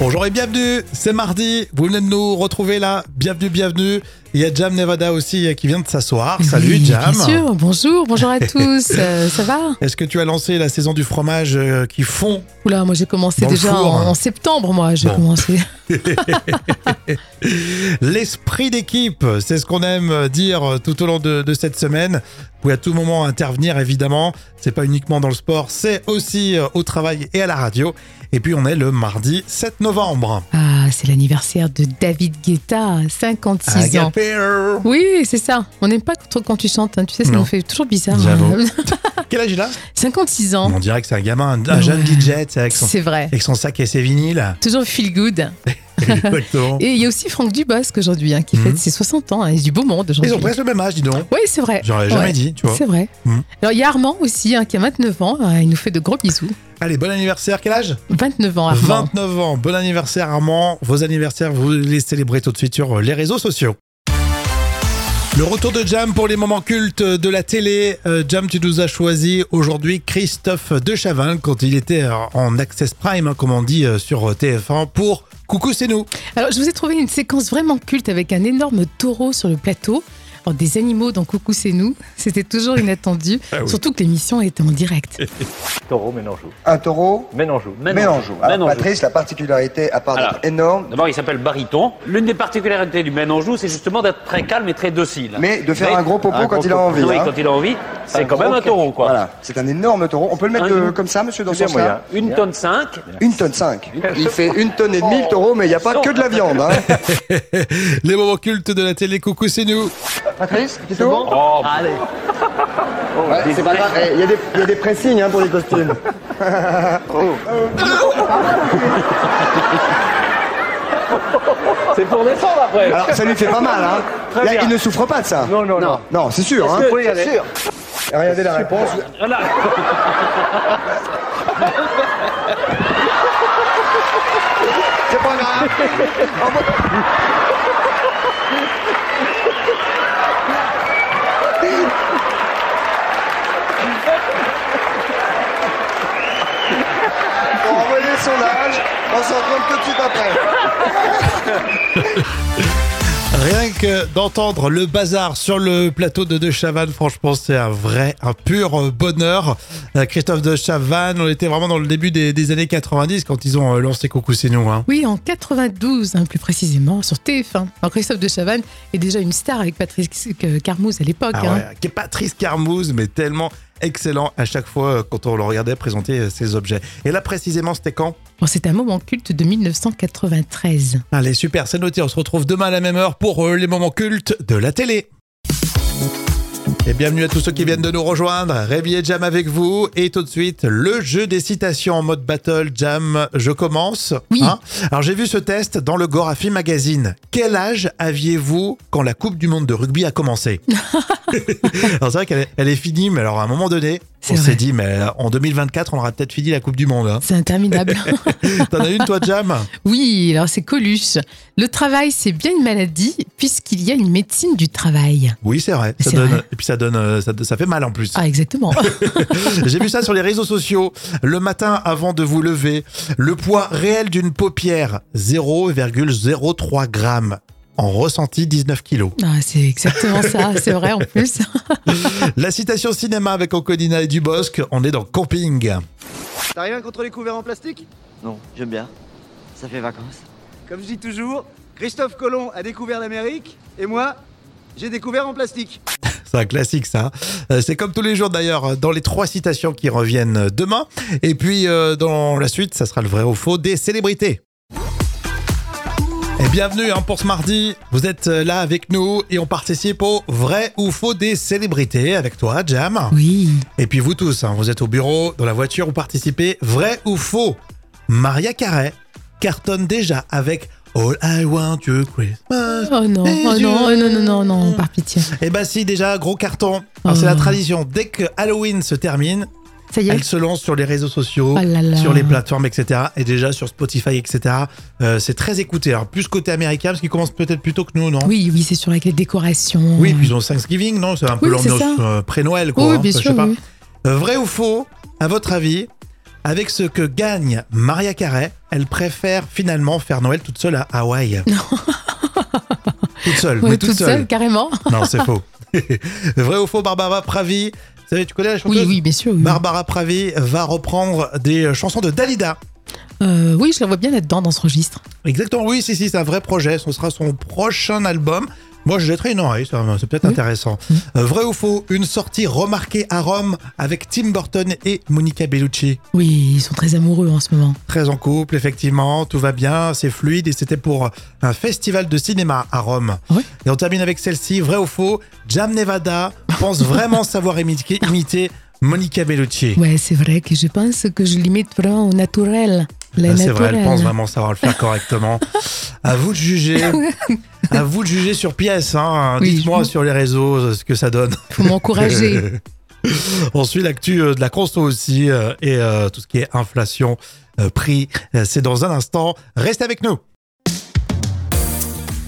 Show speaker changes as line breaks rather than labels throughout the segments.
Bonjour et bienvenue, c'est mardi, vous venez de nous retrouver là, bienvenue, bienvenue. Il y a Jam Nevada aussi euh, qui vient de s'asseoir. Salut
Oui,
Jam.
Bien sûr, bonjour, bonjour à tous, Euh, ça va
Est-ce que tu as lancé la saison du fromage euh, qui fond
Oula, moi j'ai commencé
Dans le
déjà
four,
en,
hein.
en septembre, moi j'ai
Bon.
commencé.
L'esprit d'équipe, c'est ce qu'on aime euh, dire tout au long de, de cette semaine. Vous pouvez à tout moment intervenir, évidemment. C'est pas uniquement dans le sport, c'est aussi euh, au travail et à la radio. Et puis on est le mardi 7 novembre.
Ah, c'est l'anniversaire de David Guetta, 56 ans.
Agapé.
Oui, c'est ça. On n'aime pas trop quand tu chantes, hein. tu sais, ça
Non.
nous fait toujours bizarre.
J'avoue. Quel âge il a
56 ans,
On dirait que c'est un gamin, un, un jeune
Ouais.
DJ avec son,
c'est vrai.
avec son sac et ses vinyles.
Toujours feel good.
Exactement.
Et il y a aussi Franck Dubosc aujourd'hui, hein, qui
Mhm.
fête ses 60 ans, hein, et du beau monde
Ils ont
aujourd'hui.
presque le même âge, dis donc.
Oui, c'est vrai.
J'aurais jamais
Ouais,
dit, tu vois.
C'est vrai.
Mhm.
Alors il y a Armand aussi, hein, qui a 29 ans, euh, il nous fait de gros bisous.
Allez, bon anniversaire, quel âge
29 ans Armand.
29 ans, bon anniversaire Armand. Vos anniversaires, vous les célébrez tout de suite sur euh, les réseaux sociaux. Le retour de Jam pour les moments cultes de la télé. Euh, Jam, tu nous as choisi aujourd'hui Christophe de Chavannes quand il était euh, en Access Prime, hein, comme on dit euh, sur TF1, pour Coucou, c'est nous.
Alors, je vous ai trouvé une séquence vraiment culte avec un énorme taureau sur le plateau. Alors, des animaux dans Coucou, c'est nous. C'était toujours inattendu.
Ah oui.
Surtout que l'émission était en direct.
Taureau, Ménanjou.
Un taureau,
Ménanjou.
Ménanjou. Alors, Patrice, la particularité, à part d'être
Alors.
énorme,
D'abord, il s'appelle Bariton. L'une des particularités du Ménanjou, c'est justement d'être très calme et très docile.
Mais de faire un gros popo quand
gros
il a
popo.
envie,
Oui,
hein.
quand il a envie, c'est quand
gros
même un
ca-
taureau, quoi.
voilà, c'est un énorme taureau. On peut le mettre
Un-
euh, comme ça, monsieur, dans ce
C'est
sens-là
moyen. Une tonne 5.
Une tonne cinq. Il fait une tonne et demie le taureau, mais il n'y a pas que de la viande. Hein.
Les moments cultes de la télé, Coucou, c'est nous.
Patrice, c'est tout
Oh,
Ouais, c'est pas grave. Eh, Il y, a des- il y a des pressings hein, pour les costumes. Oh.
c'est pour descendre après.
Alors ça lui fait pas mal, hein
Très
Là,
bien.
il ne souffre pas de ça.
Non, non, non.
Non, c'est sûr, hein
que- Oui, allez.
C'est sûr. Et Regardez la réponse.
Voilà.
C'est pas grave. On remet les sondages, on s'en compte tout de suite après.
Rien que d'entendre le bazar sur le plateau de De Chavannes, franchement, c'est un vrai, un pur bonheur. Euh, Christophe De Chavannes, on était vraiment dans le début des, des années 90 quand ils ont euh, lancé Coucou, c'est nous. hein.
Oui, en 92, hein, plus précisément, sur TF1. Alors, Christophe de Chavannes est déjà une star avec Patrice euh, Carmouze à l'époque.
Ah
hein.
ouais, qui est Patrice Carmouze, mais tellement excellent à chaque fois euh, quand on le regardait présenter euh, ses objets. Et là, précisément, c'était quand
Bon, c'est un moment culte de 1993.
Allez, super, c'est noté. On se retrouve demain à la même heure pour euh, les moments cultes de la télé. Et bienvenue à tous ceux qui viennent de nous rejoindre. Rémi et Jam avec vous. Et tout de suite, le jeu des citations en mode battle. Jam, je commence. hein.
Oui.
Alors, j'ai vu ce test dans le Gorafi Magazine. Quel âge aviez-vous quand la Coupe du Monde de rugby a commencé Alors, c'est vrai qu'elle est, elle est finie, mais alors à un moment donné,
C'est
on
vrai.
s'est dit, mais euh, en 2024, on aura peut-être fini la Coupe du Monde. hein.
C'est interminable.
T'en as une, toi, Jam
oui, alors c'est Coluche. Le travail, c'est bien une maladie, puisqu'il y a une médecine du travail.
Oui, c'est vrai. Ça
C'est
donne,
vrai.
Et puis ça donne, euh, ça, ça fait mal en plus.
Ah, exactement.
J'ai vu ça sur les réseaux sociaux. Le matin, avant de vous lever, le poids réel d'une paupière, 0,03 grammes. En ressenti 19 kilos.
Ah, c'est exactement ça, c'est vrai en plus.
La citation cinéma avec Oncodina et Dubosc, on est dans Camping.
T'as rien contre les couverts en plastique
Non, j'aime bien. Ça fait vacances.
Comme je dis toujours, Christophe Colomb a découvert l'Amérique et moi, j'ai découvert en plastique.
C'est un classique ça. Euh, C'est comme tous les jours d'ailleurs euh, dans les trois citations qui reviennent euh, demain. Et puis euh, dans la suite, ça sera le vrai ou faux des célébrités. Et bienvenue hein, pour ce mardi. Vous êtes euh, là avec nous et on participe au vrai ou faux des célébrités avec toi, Jam.
Oui.
Et puis vous tous, hein, vous êtes au bureau, dans la voiture, vous participez. Vrai ou faux Maria Carey cartonne déjà avec All I Want You Christmas.
Oh non,
Les
oh non, oh
yeux.
non, non, non, non, par pitié.
Eh ben si, déjà, gros carton. Alors, C'est
Oh.
la tradition. Dès que Halloween se termine,
Ça y est.
elle se lance sur les réseaux sociaux,
Oh là là.
sur les plateformes, etc. Et déjà sur Spotify, etc. Euh, c'est très écouté. Alors, plus côté américain, parce qu'ils commencent peut-être plus tôt que nous, non
Oui, oui, c'est sûr avec les décorations.
Oui, puis ils ont Thanksgiving, non C'est un peu
Oui, c'est
l'ambiance
ça.
euh, pré-Noël, quoi.
Oui,
hein,
bien
je
sûr.
sais pas.
oui.
Euh, Vrai ou faux, à votre avis, Avec ce que gagne Maria Carey, elle préfère finalement faire Noël toute seule à Hawaï. toute seule,
Ouais,
mais toute, seule.
carrément.
Non, c'est faux. Vrai ou faux, Barbara Pravi Vous savez, tu connais la chanteuse
Oui, oui, bien sûr. Oui,
Barbara Pravi va reprendre des chansons de Dalida.
Euh, oui, je la vois bien là-dedans, dans ce registre.
Exactement, oui, si, si, c'est un vrai projet. Ce sera son prochain album. Moi, je jetterai une oreille, ça, c'est peut-être
Oui.
intéressant. Euh, vrai ou faux, une sortie remarquée à Rome avec Tim Burton et Monica Bellucci.
Oui, ils sont très amoureux en ce moment.
Très en couple, effectivement, tout va bien, c'est fluide et c'était pour un festival de cinéma à Rome.
Oui.
Et on termine avec celle-ci, vrai ou faux, Jam Nevada pense vraiment savoir imiter, imiter Monica Bellucci.
Ouais, c'est vrai que je pense que je l'imite vraiment au naturel. La
Ah, c'est vrai, elle
naturelle.
pense vraiment savoir le faire correctement. à vous de juger. à vous de juger sur pièce. hein.
Oui,
Dites-moi
je-
sur les réseaux euh, ce que ça donne.
Faut m'encourager.
On suit l'actu euh, de la conso aussi euh, et euh, tout ce qui est inflation, euh, prix. Euh, C'est dans un instant. Restez avec nous.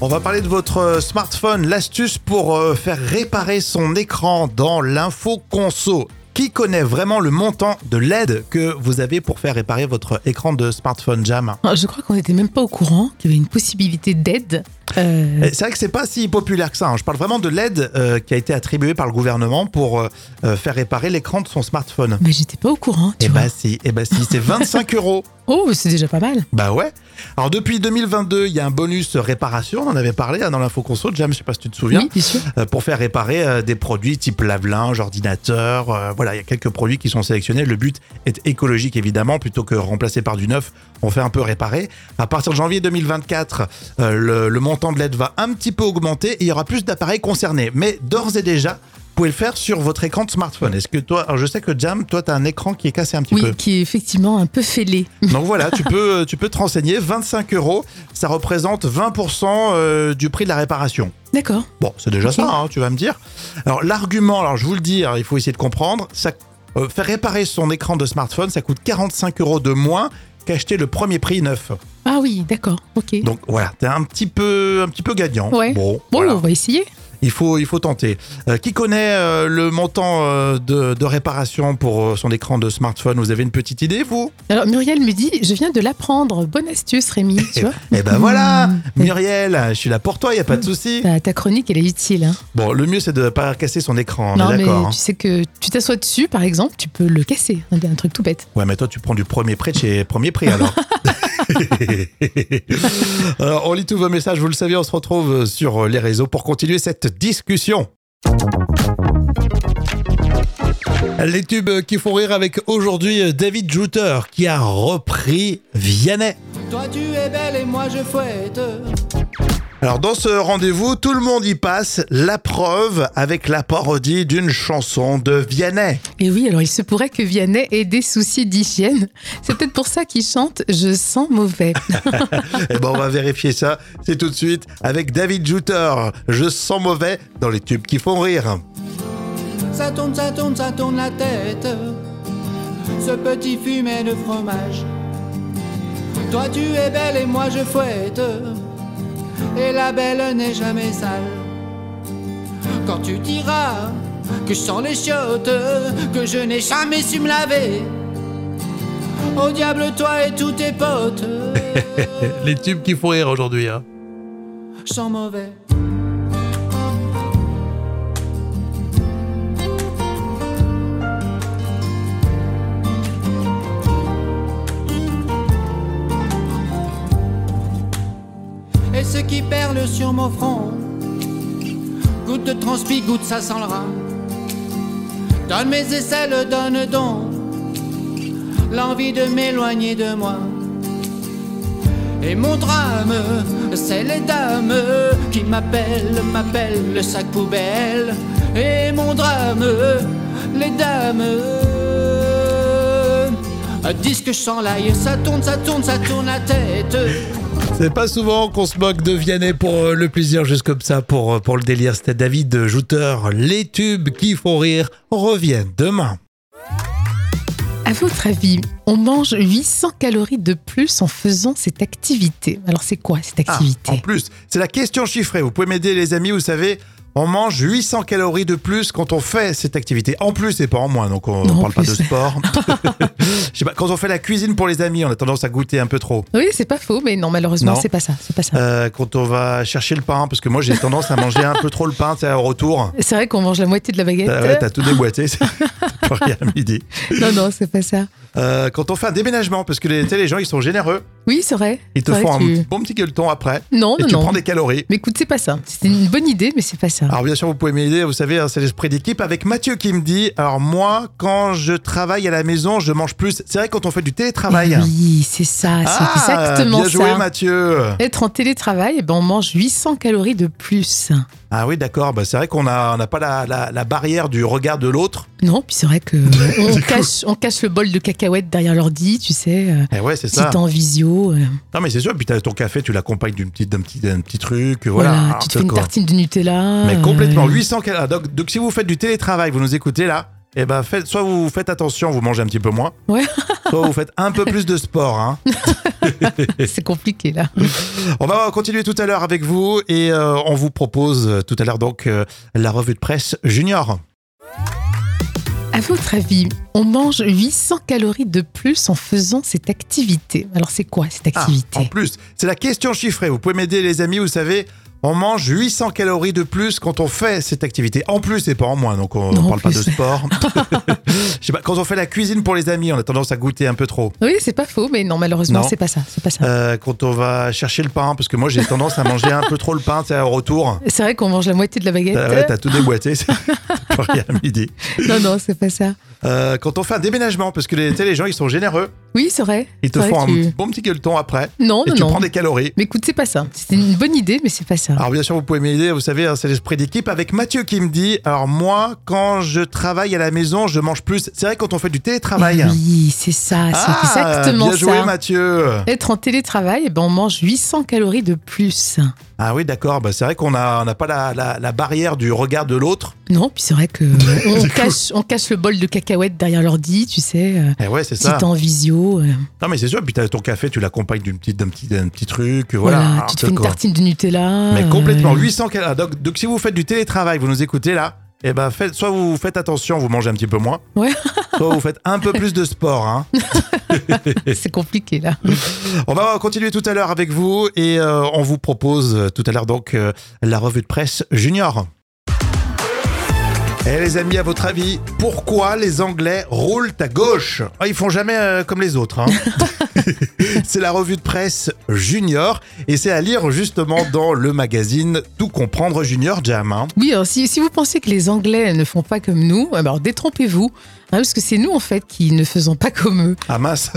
On va parler de votre euh, smartphone, l'astuce pour euh, faire réparer son écran dans l'info conso. Qui connaît vraiment le montant de l'aide que vous avez pour faire réparer votre écran de smartphone Jam
Ah, Je crois qu'on n'était même pas au courant qu'il y avait une possibilité d'aide. Euh,
Et Eh, C'est vrai que c'est pas si populaire que ça. hein. Je parle vraiment de l'aide euh, qui a été attribuée par le gouvernement pour euh, euh, faire réparer l'écran de son smartphone.
mais j'étais pas au courant, tu
Eh
vois.
bah si, eh bah si, c'est 25 euros.
Oh, c'est déjà pas mal.
Bah ouais. Alors depuis 2022, il y a un bonus réparation. On en avait parlé hein, dans l'info conso. Jam, je sais pas si tu te souviens,
Oui, bien sûr.
euh, pour faire réparer euh, des produits type lave-linge, ordinateur. euh, voilà, il y a quelques produits qui sont sélectionnés. Le but est écologique évidemment, plutôt que remplacer par du neuf, on fait un peu réparer. À partir de janvier 2024, euh, le, le montant de l'aide va un petit peu augmenter et il y aura plus d'appareils concernés. Mais d'ores et déjà. Vous pouvez le faire sur votre écran de smartphone. Est-ce que toi, alors je sais que Jam, toi, t'as un écran qui est cassé un petit
Oui,
peu.
qui est effectivement un peu fêlé.
Donc voilà, tu peux, euh, tu peux te renseigner. 25 euros, ça représente 20% euh, du prix de la réparation.
D'accord.
Bon, c'est déjà ça, hein, tu vas me dire. Alors l'argument, alors je vous le dis, alors, il faut essayer de comprendre. Ça, euh, faire réparer son écran de smartphone, ça coûte 45 euros de moins qu'acheter le premier prix neuf.
Ah oui, d'accord. Ok.
Donc voilà, t'es un petit peu, un petit peu gagnant.
Ouais.
Bon,
Bon,
voilà.
on va essayer.
Il faut, il faut tenter. Euh, qui connaît euh, le montant euh, de, de réparation pour euh, son écran de smartphone Vous avez une petite idée, vous
Alors Muriel me dit, je viens de l'apprendre. Bonne astuce, Rémi. Tu vois.
Eh ben voilà,
Mmh.
Muriel, je suis là pour toi, il y a pas de souci.
Ta, ta chronique, elle est utile. hein.
Bon, le mieux c'est de pas casser son écran, on
non,
est
mais
d'accord. hein.
tu sais que tu t'assois dessus, par exemple, tu peux le casser. Un, un truc tout bête.
Ouais, mais toi tu prends du premier prix de chez Premier Prix alors. Alors, on lit tous vos messages, vous le savez, on se retrouve sur les réseaux pour continuer cette discussion. Les tubes qui font rire avec aujourd'hui David Jouter qui a repris Vianney.
Toi tu es belle et moi je fouette.
Alors dans ce rendez-vous, tout le monde y passe, la preuve avec la parodie d'une chanson de Vianney.
Et oui, alors il se pourrait que Vianney ait des soucis d'hygiène. C'est peut-être pour ça qu'il chante Je sens mauvais.
Eh ben on va vérifier ça, c'est tout de suite avec David Jouter. Je sens mauvais dans les tubes qui font rire.
Ça tourne, ça tourne, ça tourne la tête. Ce petit fumet de fromage. Toi tu es belle et moi je fouette. Et la belle n'est jamais sale. Quand tu diras que je sens les chiottes, que je n'ai jamais su me laver. Au diable toi et tous tes potes.
Les tubes qui font rire aujourd'hui. Hein.
Je sens mauvais. Et ceux qui perlent sur mon front, goutte de transpi, goutte ça sent le rat. Donne mes aisselles, donne donc l'envie de m'éloigner de moi. Et mon drame, c'est les dames qui m'appellent, m'appellent le sac poubelle. Et mon drame, les dames disent que je sens l'ail. Ça tourne, ça tourne, ça tourne la tête.
C'est pas souvent qu'on se moque de Vianney pour euh, le plaisir, juste comme ça, pour, euh, pour le délire. C'était David Jouter. Les tubes qui font rire reviennent demain.
À votre avis, on mange 800 calories de plus en faisant cette activité. Alors c'est quoi cette
Ah,
activité
en plus, c'est la question chiffrée. Vous pouvez m'aider, les amis, vous savez. on mange 800 calories de plus quand on fait cette activité. En plus et pas en moins, donc on
Non,
ne
en
parle pas de
plus.
sport. Je sais pas, quand on fait la cuisine pour les amis, on a tendance à goûter un peu trop.
Oui, c'est pas faux, mais non, malheureusement,
Non.
c'est pas ça. C'est pas ça.
Euh, quand on va chercher le pain, parce que moi j'ai tendance à manger un peu trop le pain, tu sais, au retour.
C'est vrai qu'on mange la moitié de la baguette.
T'as ouais, t'as tout déboîté, c'est plus rien à midi.
non, non, c'est pas ça.
Euh, quand on fait un déménagement, parce que les, tu sais, les gens ils sont généreux,
Oui, c'est vrai.
ils te
C'est vrai
font
que tu-
un bon petit gueuleton après,
Non,
et
non,
tu
non.
prends des Ah, calories.
Mais écoute, c'est pas ça. C'était une bonne idée, mais c'est pas ça.
Alors bien sûr, vous pouvez m'aider, vous savez, hein, c'est l'esprit d'équipe avec Mathieu qui me dit, alors moi, quand je travaille à la maison, je mange plus. C'est vrai, quand on fait du télétravail.
Eh Oui, c'est ça. C'est
ah,
exactement
bien joué
ça.
Mathieu.
Être en télétravail, eh ben, on mange 800 calories de plus.
Ah oui, d'accord, bah, c'est vrai qu'on a- on n'a pas la, la- la barrière du regard de l'autre.
Non, puis c'est vrai que on, cache, on cache le bol de cacahuètes derrière l'ordi, tu sais, euh,
Eh ouais, c'est
si
ça.
t'es en visio. euh,
Non mais c'est sûr, puis t'as ton café, tu l'accompagnes d'une petite, d'un petit, d'un petit truc, voilà.
voilà,
Ah,
tu te fais une
d'accord.
tartine de Nutella.
Mais complètement,
euh,
800 calories. ah, Donc, donc si vous faites du télétravail, vous nous écoutez là, eh ben faites, soit vous faites attention, vous mangez un petit peu moins,
Ouais.
soit vous faites un peu plus de sport. Hein.
C'est compliqué, là.
On va continuer tout à l'heure avec vous et euh, on vous propose euh, tout à l'heure donc euh, la revue de presse junior.
À votre avis, on mange 800 calories de plus en faisant cette activité. Alors, c'est quoi cette
Ah,
activité
en plus, c'est la question chiffrée. Vous pouvez m'aider les amis, vous savez. On mange 800 calories de plus quand on fait cette activité. En plus et pas en moins, donc on
Non,
ne
en
parle pas de
plus.
sport. Je sais pas, quand on fait la cuisine pour les amis, on a tendance à goûter un peu trop.
Oui, c'est pas faux, mais non, malheureusement,
Non.
c'est pas ça. C'est pas ça.
Euh, quand on va chercher le pain, parce que moi j'ai tendance à manger un peu trop le pain, tu sais, au retour.
C'est vrai qu'on mange la moitié de la baguette.
T'as Euh, ouais, t'as tout déboîté, c'est plus rien à midi.
non, non, c'est pas ça.
Euh, quand on fait un déménagement, parce que les, tu sais, les gens ils sont généreux,
Oui, c'est vrai.
ils te
C'est vrai
font
que tu- Oh,
un bon petit gueuleton après,
Non,
et
non,
tu
non.
prends des calories.
Mais écoute, c'est pas ça. C'était une bonne idée, mais c'est pas ça.
Alors bien sûr, vous pouvez m'aider, vous savez, hein, c'est l'esprit d'équipe avec Mathieu qui me dit, alors moi, quand je travaille à la maison, je mange plus. C'est vrai, quand on fait du télétravail.
Eh Oui, c'est ça. C'est
ah,
exactement
bien joué
ça.
Mathieu.
Être en télétravail, eh ben, on mange 800 calories de plus.
Ah oui, d'accord, bah, c'est vrai qu'on a- on n'a pas la, la- la barrière du regard de l'autre.
Non, puis c'est vrai que on, cache, on cache le bol de cacahuètes derrière l'ordi, tu sais, euh,
Eh ouais, c'est
si
ça.
t'es en visio. euh,
Non mais c'est sûr, puis t'as ton café, tu l'accompagnes d'une petite, d'un petit, d'un petit truc, voilà.
voilà,
Ah,
tu te fais une
d'accord.
tartine de Nutella.
Mais
euh,
complètement, 800 calories. ah, Donc, donc si vous faites du télétravail, vous nous écoutez là, eh ben faites, soit vous faites attention, vous mangez un petit peu moins,
Ouais.
soit vous faites un peu plus de sport. Hein.
c'est compliqué, là.
On va continuer tout à l'heure avec vous et euh, on vous propose euh, tout à l'heure donc euh, la revue de presse junior. Et les amis, à votre avis, pourquoi les Anglais roulent à gauche Ah, Ils font jamais euh, comme les autres. hein. c'est la revue de presse junior et c'est à lire justement dans le magazine Tout comprendre junior Jam. hein.
Oui, alors si, si vous pensez que les Anglais ne font pas comme nous, eh ben, alors détrompez-vous. hein, parce que c'est nous, en fait, qui ne faisons pas comme eux.
Ah mince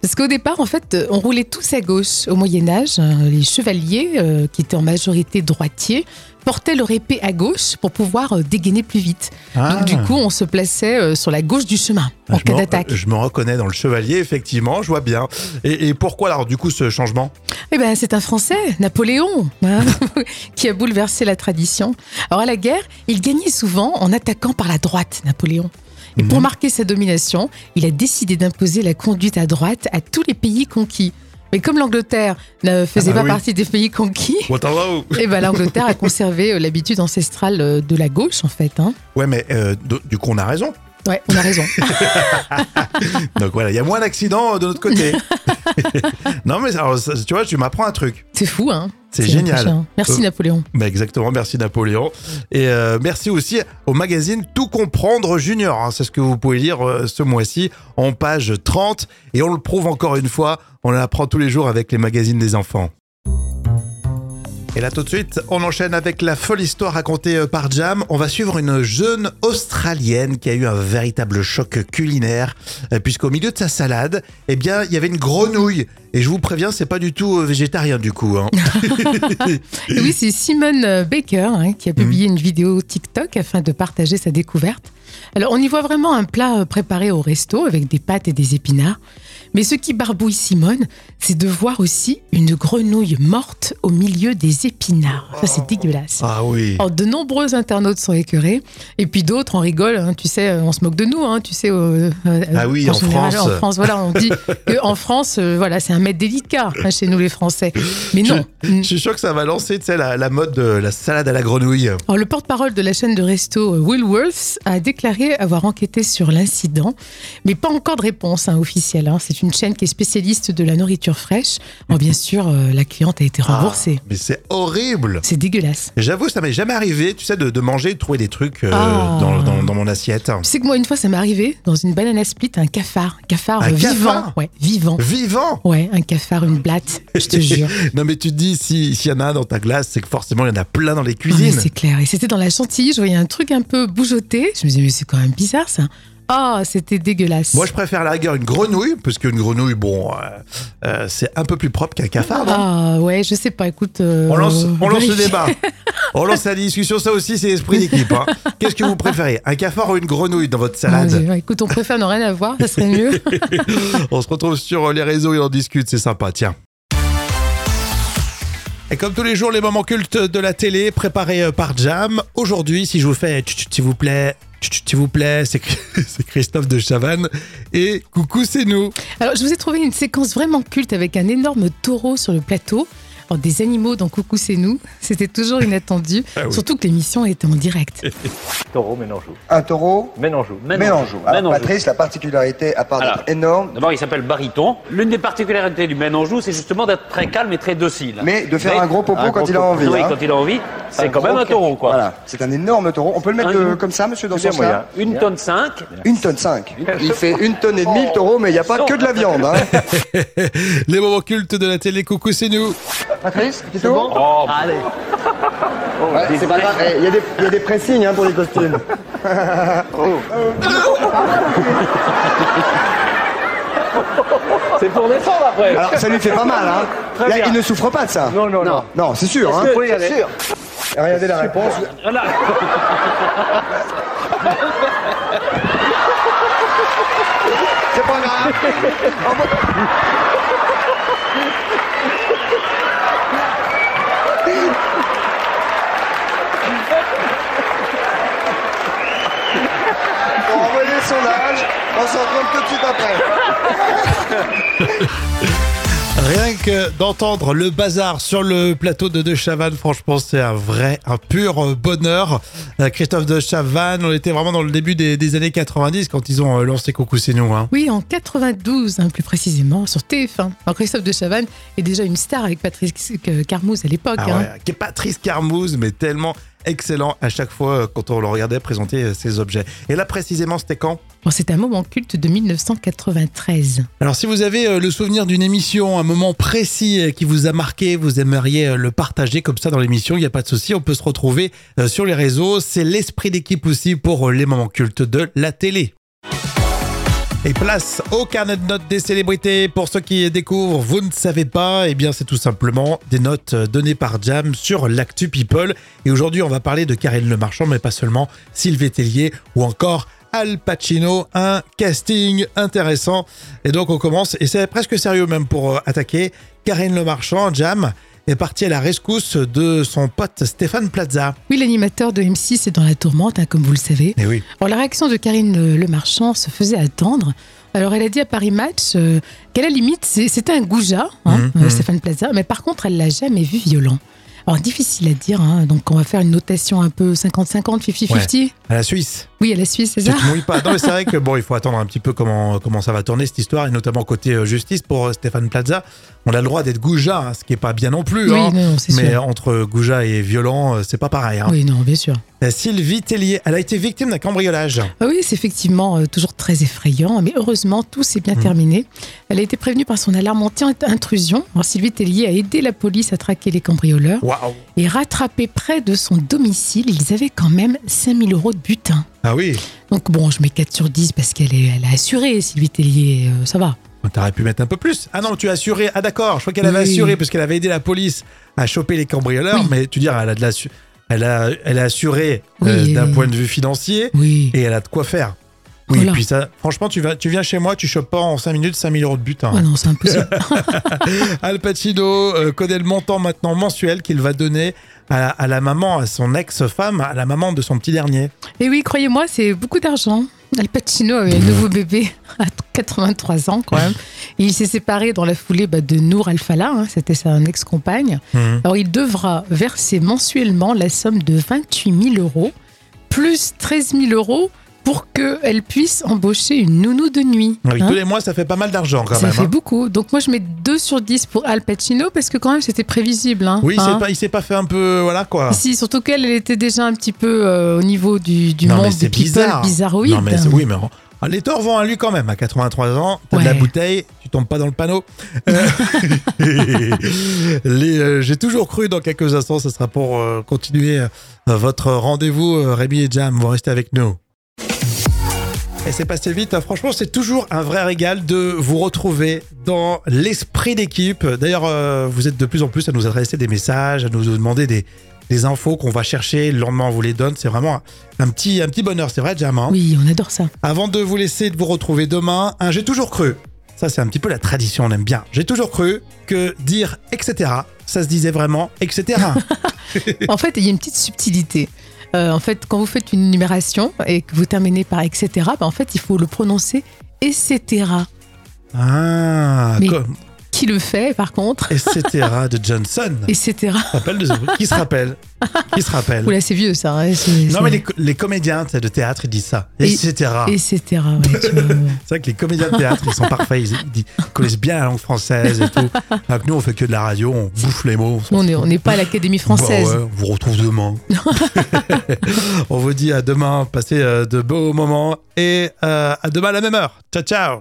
Parce qu'au départ, en fait, euh, on roulait tous à gauche. Au Moyen Âge, euh, les chevaliers, euh, qui étaient en majorité droitiers, portaient leur épée à gauche pour pouvoir euh, dégainer plus vite.
Ah.
Donc du coup, on se plaçait euh, sur la gauche du chemin en
Je
cas
m'en-
d'attaque.
Je me reconnais dans le chevalier, effectivement, je vois bien. Et, et pourquoi alors du coup ce changement
Eh ben, c'est un Français, Napoléon, hein, qui a bouleversé la tradition. Alors à la guerre, il gagnait souvent en attaquant par la droite, Napoléon. Et
Mhm.
pour marquer sa domination, il a décidé d'imposer la conduite à droite à tous les pays conquis. Mais comme l'Angleterre ne faisait
Ah bah
pas
oui.
partie des pays conquis,
Waterloo
eh ben, l'Angleterre a conservé euh, l'habitude ancestrale euh, de la gauche, en fait. hein.
Ouais, mais euh, do- du coup, on a raison.
Ouais, on a raison.
Donc voilà, il y a moins d'accidents euh, de notre côté. non, mais alors, ça, tu vois, tu m'apprends un truc.
C'est fou, hein
C'est génial.
impressionnant. Merci,
Euh,
Napoléon.
Bah, exactement, merci Napoléon. Et euh, merci aussi au magazine Tout Comprendre Junior. hein. C'est ce que vous pouvez lire euh, ce mois-ci en page 30. Et on le prouve encore une fois, on l'apprend tous les jours avec les magazines des enfants. Et là tout de suite, on enchaîne avec la folle histoire racontée euh, par Jam. On va suivre une jeune Australienne qui a eu un véritable choc culinaire, euh, puisqu'au milieu de sa salade, eh bien, il y avait une grenouille. Et je vous préviens, c'est pas du tout euh, végétarien du coup. hein.
Et oui, c'est Simone Baker hein, qui a
Mm.
publié une vidéo TikTok afin de partager sa découverte. Alors, on y voit vraiment un plat euh, préparé au resto avec des pâtes et des épinards. Mais ce qui barbouille Simone, c'est de voir aussi une grenouille morte au milieu des épinards. Ça, c'est dégueulasse.
Ah oui.
Alors, de nombreux internautes sont écœurés, et puis d'autres en rigolent. hein. tu sais, on se moque de nous. hein, tu sais, euh, euh,
Ah oui, en
général,
France.
En France, voilà, on dit que en France, euh, voilà, c'est un maître délicat hein, chez nous les Français. Mais non.
Je suis sûr que ça va lancer tu sais, la, la mode de la salade à la grenouille.
Alors, le porte-parole de la chaîne de resto euh, Woolworths a déclaré avoir enquêté sur l'incident, mais pas encore de réponse hein, officielle. hein. C'est une chaîne qui est spécialiste de la nourriture fraîche. Bon, bien sûr, euh, la cliente a été
Ah.
remboursée.
Mais c'est horrible.
C'est dégueulasse.
J'avoue, ça m'est jamais arrivé, tu sais, de, de manger et de trouver des trucs euh,
Ah.
dans, dans- dans mon assiette.
Tu sais que moi, une fois, ça m'est arrivé dans une banana split, un cafard. Cafard
Un
euh, vivant.
cafard
ouais, vivant.
Vivant
Ouais, un cafard, une blatte, je te jure. Ah,
Non, mais tu te dis, si- s'il y en a un dans ta glace, c'est que forcément, il y en a plein dans les
Ah, mais
cuisines.
c'est clair. Et c'était dans la chantilly, je voyais un truc un peu bougeoté. Je me disais, mais c'est quand même bizarre ça. Ah, c'était dégueulasse.
Moi, je préfère à la rigueur une grenouille, parce qu'une grenouille, bon, euh, euh, c'est un peu plus propre qu'un cafard. non
Ah ouais, je sais pas, écoute. euh,
on lance, on lance le
vérifie.
débat. On lance la discussion. Ça aussi, c'est l'esprit d'équipe. hein. Qu'est-ce que vous préférez Un cafard ou une grenouille dans votre
Ah,
salade
ouais, ouais, écoute, on préfère ne rien avoir, ça serait mieux.
On se retrouve sur euh, les réseaux et on discute, c'est sympa, tiens. Et comme tous les jours, les moments cultes de la télé préparés euh, par Jam. Aujourd'hui, si je vous fais tchut, tchut, s'il vous plaît, tchut, tchut, s'il vous plaît, c'est c'est Christophe de Chavannes et coucou, c'est nous.
Alors, je vous ai trouvé une séquence vraiment culte avec un énorme taureau sur le plateau. Alors, des animaux dans Coucou, c'est nous. C'était toujours inattendu,
Ah oui.
surtout que l'émission était en direct.
Taureau, Ménanjou.
Un taureau,
Ménanjou.
Mélangeau. Alors,
Ménanjou.
Patrice, la particularité, à part
Alors.
d'être énorme,
D'abord, il s'appelle Bariton. L'une des particularités du Ménanjou, c'est justement d'être très calme et très docile.
mais de faire
Mais-
un gros popo
Un
quand
gros
il a
taureau.
envie.
Oui,
hein.
quand il a envie, c'est quand
gros
même un
ca-
taureau, quoi.
Voilà, c'est un énorme taureau. On peut le mettre
Un-
euh, comme ça, monsieur, dans ce
Excusez-moi,
sens-là
Une tonne 5.
Une tonne 5. Il fait une tonne et demie le taureau, mais il n'y a pas que de la viande. Hein.
Les moments cultes de la télé, coucou, c'est nous.
Patrice, c'est bon
Oh,
Ouais, c'est pas grave. Eh, Il y a des- il y a des pressings hein, pour les costumes.
c'est pour descendre après.
Alors ça lui fait pas mal, hein
Très
Là,
bien.
il ne souffre pas de ça. Non, non, non. Non, c'est sûr, hein
que- Oui, c'est allez. sûr.
Et Regardez la réponse.
Voilà.
C'est pas grave. On va envoyer le sondage, on s'en compte tout de suite après.
Rien que d'entendre le bazar sur le plateau de De Chavannes, franchement, c'est un vrai, un pur bonheur. Euh, Christophe De Chavannes, on était vraiment dans le début des, des années 90 quand ils ont euh, lancé Coucou, c'est nous. hein.
Oui, en 92, hein, plus précisément, sur TF1. Alors, Christophe de Chavannes est déjà une star avec Patrice euh, Carmouze à l'époque.
Ah
hein.
ouais, qui est Patrice Carmouze, mais tellement excellent à chaque fois euh, quand on le regardait présenter euh, ses objets. Et là, précisément, c'était quand
Bon, c'est un moment culte de 1993.
Alors, si vous avez euh, le souvenir d'une émission, un moment précis euh, qui vous a marqué, vous aimeriez euh, le partager comme ça dans l'émission, il n'y a pas de souci, on peut se retrouver euh, sur les réseaux. C'est l'esprit d'équipe aussi pour euh, les moments cultes de la télé. Et place au carnet de notes des célébrités. Pour ceux qui découvrent, vous ne savez pas, eh bien c'est tout simplement des notes euh, données par Jam sur l'actu People. Et aujourd'hui, on va parler de Karine Le Marchand, mais pas seulement, Sylvie Tellier ou encore Al Pacino. Un casting intéressant. Et donc on commence, et c'est presque sérieux même pour euh, attaquer. Karine Le Marchand, Jam, est partie à la rescousse de son pote Stéphane Plaza.
Oui, l'animateur de M6 est dans la tourmente, hein, comme vous le savez.
Et oui.
Alors, la réaction de Karine euh, Le Marchand se faisait attendre. Alors, elle a dit à Paris Match euh, qu'à la limite, c'est- c'était un goujat, hein,
Mhm.
euh, Stéphane Plaza, mais par contre, elle l'a jamais vu violent. Alors, difficile à dire, hein, donc on va faire une notation un peu 50-50, 50-50.
À la Suisse.
Oui, à la Suisse, c'est
Tu
ça
te mouilles pas. Non, mais c'est vrai que bon, il faut attendre un petit peu comment, comment ça va tourner cette histoire, et notamment côté euh, justice pour euh, Stéphane Plaza. On a le droit d'être goujat, hein, ce qui est pas bien non plus.
Oui,
hein.
non, non, c'est
Mais
sûr.
entre goujat et violent, euh, c'est pas pareil. hein.
Oui, non, bien sûr.
Euh, Sylvie Tellier, elle a été victime d'un cambriolage.
Ah oui, c'est effectivement euh, toujours très effrayant, mais heureusement, tout s'est
Mmh.
bien terminé. Elle a été prévenue par son alarme anti-intrusion. Alors, Sylvie Tellier a aidé la police à traquer les cambrioleurs.
Waouh.
et rattrapés près de son domicile, ils avaient quand même 5000 euros de butin.
Ah oui.
Donc bon, je mets 4 sur 10 parce qu'elle est, elle a assuré, Sylvie Tellier, euh, ça va.
T'aurais pu mettre un peu plus. Ah non, tu as assuré. Ah d'accord, je crois qu'elle avait
Oui.
assuré parce qu'elle avait aidé la police à choper les cambrioleurs.
Oui.
Mais tu dis, elle a de la, su- elle a, elle a assuré
Oui,
euh, d'un
et-
point de vue financier
Oui.
et elle a de quoi faire. Oui,
Voilà.
et puis ça, franchement, tu, vas, tu viens chez moi, tu chopes pas en 5 minutes 5000 euros de butin.
Oh non, c'est impossible.
Al Pacino euh, connaît le montant maintenant mensuel qu'il va donner à la, à la maman, à son ex-femme, à la maman de son petit dernier.
Et oui, croyez-moi, c'est beaucoup d'argent. Al Pacino avait un nouveau bébé à 83 ans quand même. Et il s'est séparé dans la foulée bah, de Nour Al-Falah, hein, c'était sa ex-compagne.
Mhm.
Alors il devra verser mensuellement la somme de 28 000 euros, plus 13 000 euros pour qu'elle puisse embaucher une nounou de nuit.
Ah Oui,
hein.
tous les mois, ça fait pas mal d'argent quand
Ça
même.
fait
hein.
beaucoup. Donc moi je mets 2 sur 10 pour Al Pacino parce que quand même c'était prévisible. hein,
Oui, il s'est
hein.
pas- il s'est pas fait un peu. Voilà quoi.
Si, surtout qu'elle, elle était déjà un petit peu euh, au niveau du, du
Non, mais
monde
c'est
des people
bizarre.
bizarroïdes.
Non, mais c'est- oui, mais en- ah, les torts vont à lui quand même. À 83 ans, t'as de la
Ouais.
bouteille, tu tombes pas dans le panneau. Euh, les, euh, J'ai toujours cru dans quelques instants, ce sera pour euh, continuer euh, votre rendez-vous. euh, Rémi et Jam, vous restez avec nous. Et c'est passé vite. hein. Franchement, c'est toujours un vrai régal de vous retrouver dans l'esprit d'équipe. D'ailleurs, euh, vous êtes de plus en plus à nous adresser des messages, à nous demander des, des infos qu'on va chercher. Le lendemain, on vous les donne. C'est vraiment un petit, un petit bonheur, c'est vrai, Jam. hein
Oui, on adore ça.
Avant de vous laisser et de vous retrouver demain, un j'ai toujours cru. Ça, c'est un petit peu la tradition, on aime bien. J'ai toujours cru que dire etc., ça se disait vraiment etc.
En fait, il y a une petite subtilité. Euh, en fait, quand vous faites une numération et que vous terminez par etc., bah, en fait, il faut le prononcer etc.
ah,
Mais-
comme
Qui le fait, par contre
etc. de Johnson.
Etc.
Rappel de Zoé. Qui se rappelle Qui se rappelle
Oula, c'est vieux ça. hein, c'est-
Non,
c'est-
mais les, co- les comédiens tu sais, de théâtre, ils disent ça.
Et-
Etc.
Etc. ouais, tu vois, ouais.
C'est vrai que les comédiens de théâtre, ils sont parfaits. Ils, ils connaissent bien la langue française et tout. Alors que nous, on fait que de la radio, on bouffe les mots. on s'en
Nous, on est- on n'est pas à l'Académie française.
Bah ouais, on vous retrouve demain. on vous dit à demain, passez euh, de beaux moments et euh, à demain à la même heure. Ciao, ciao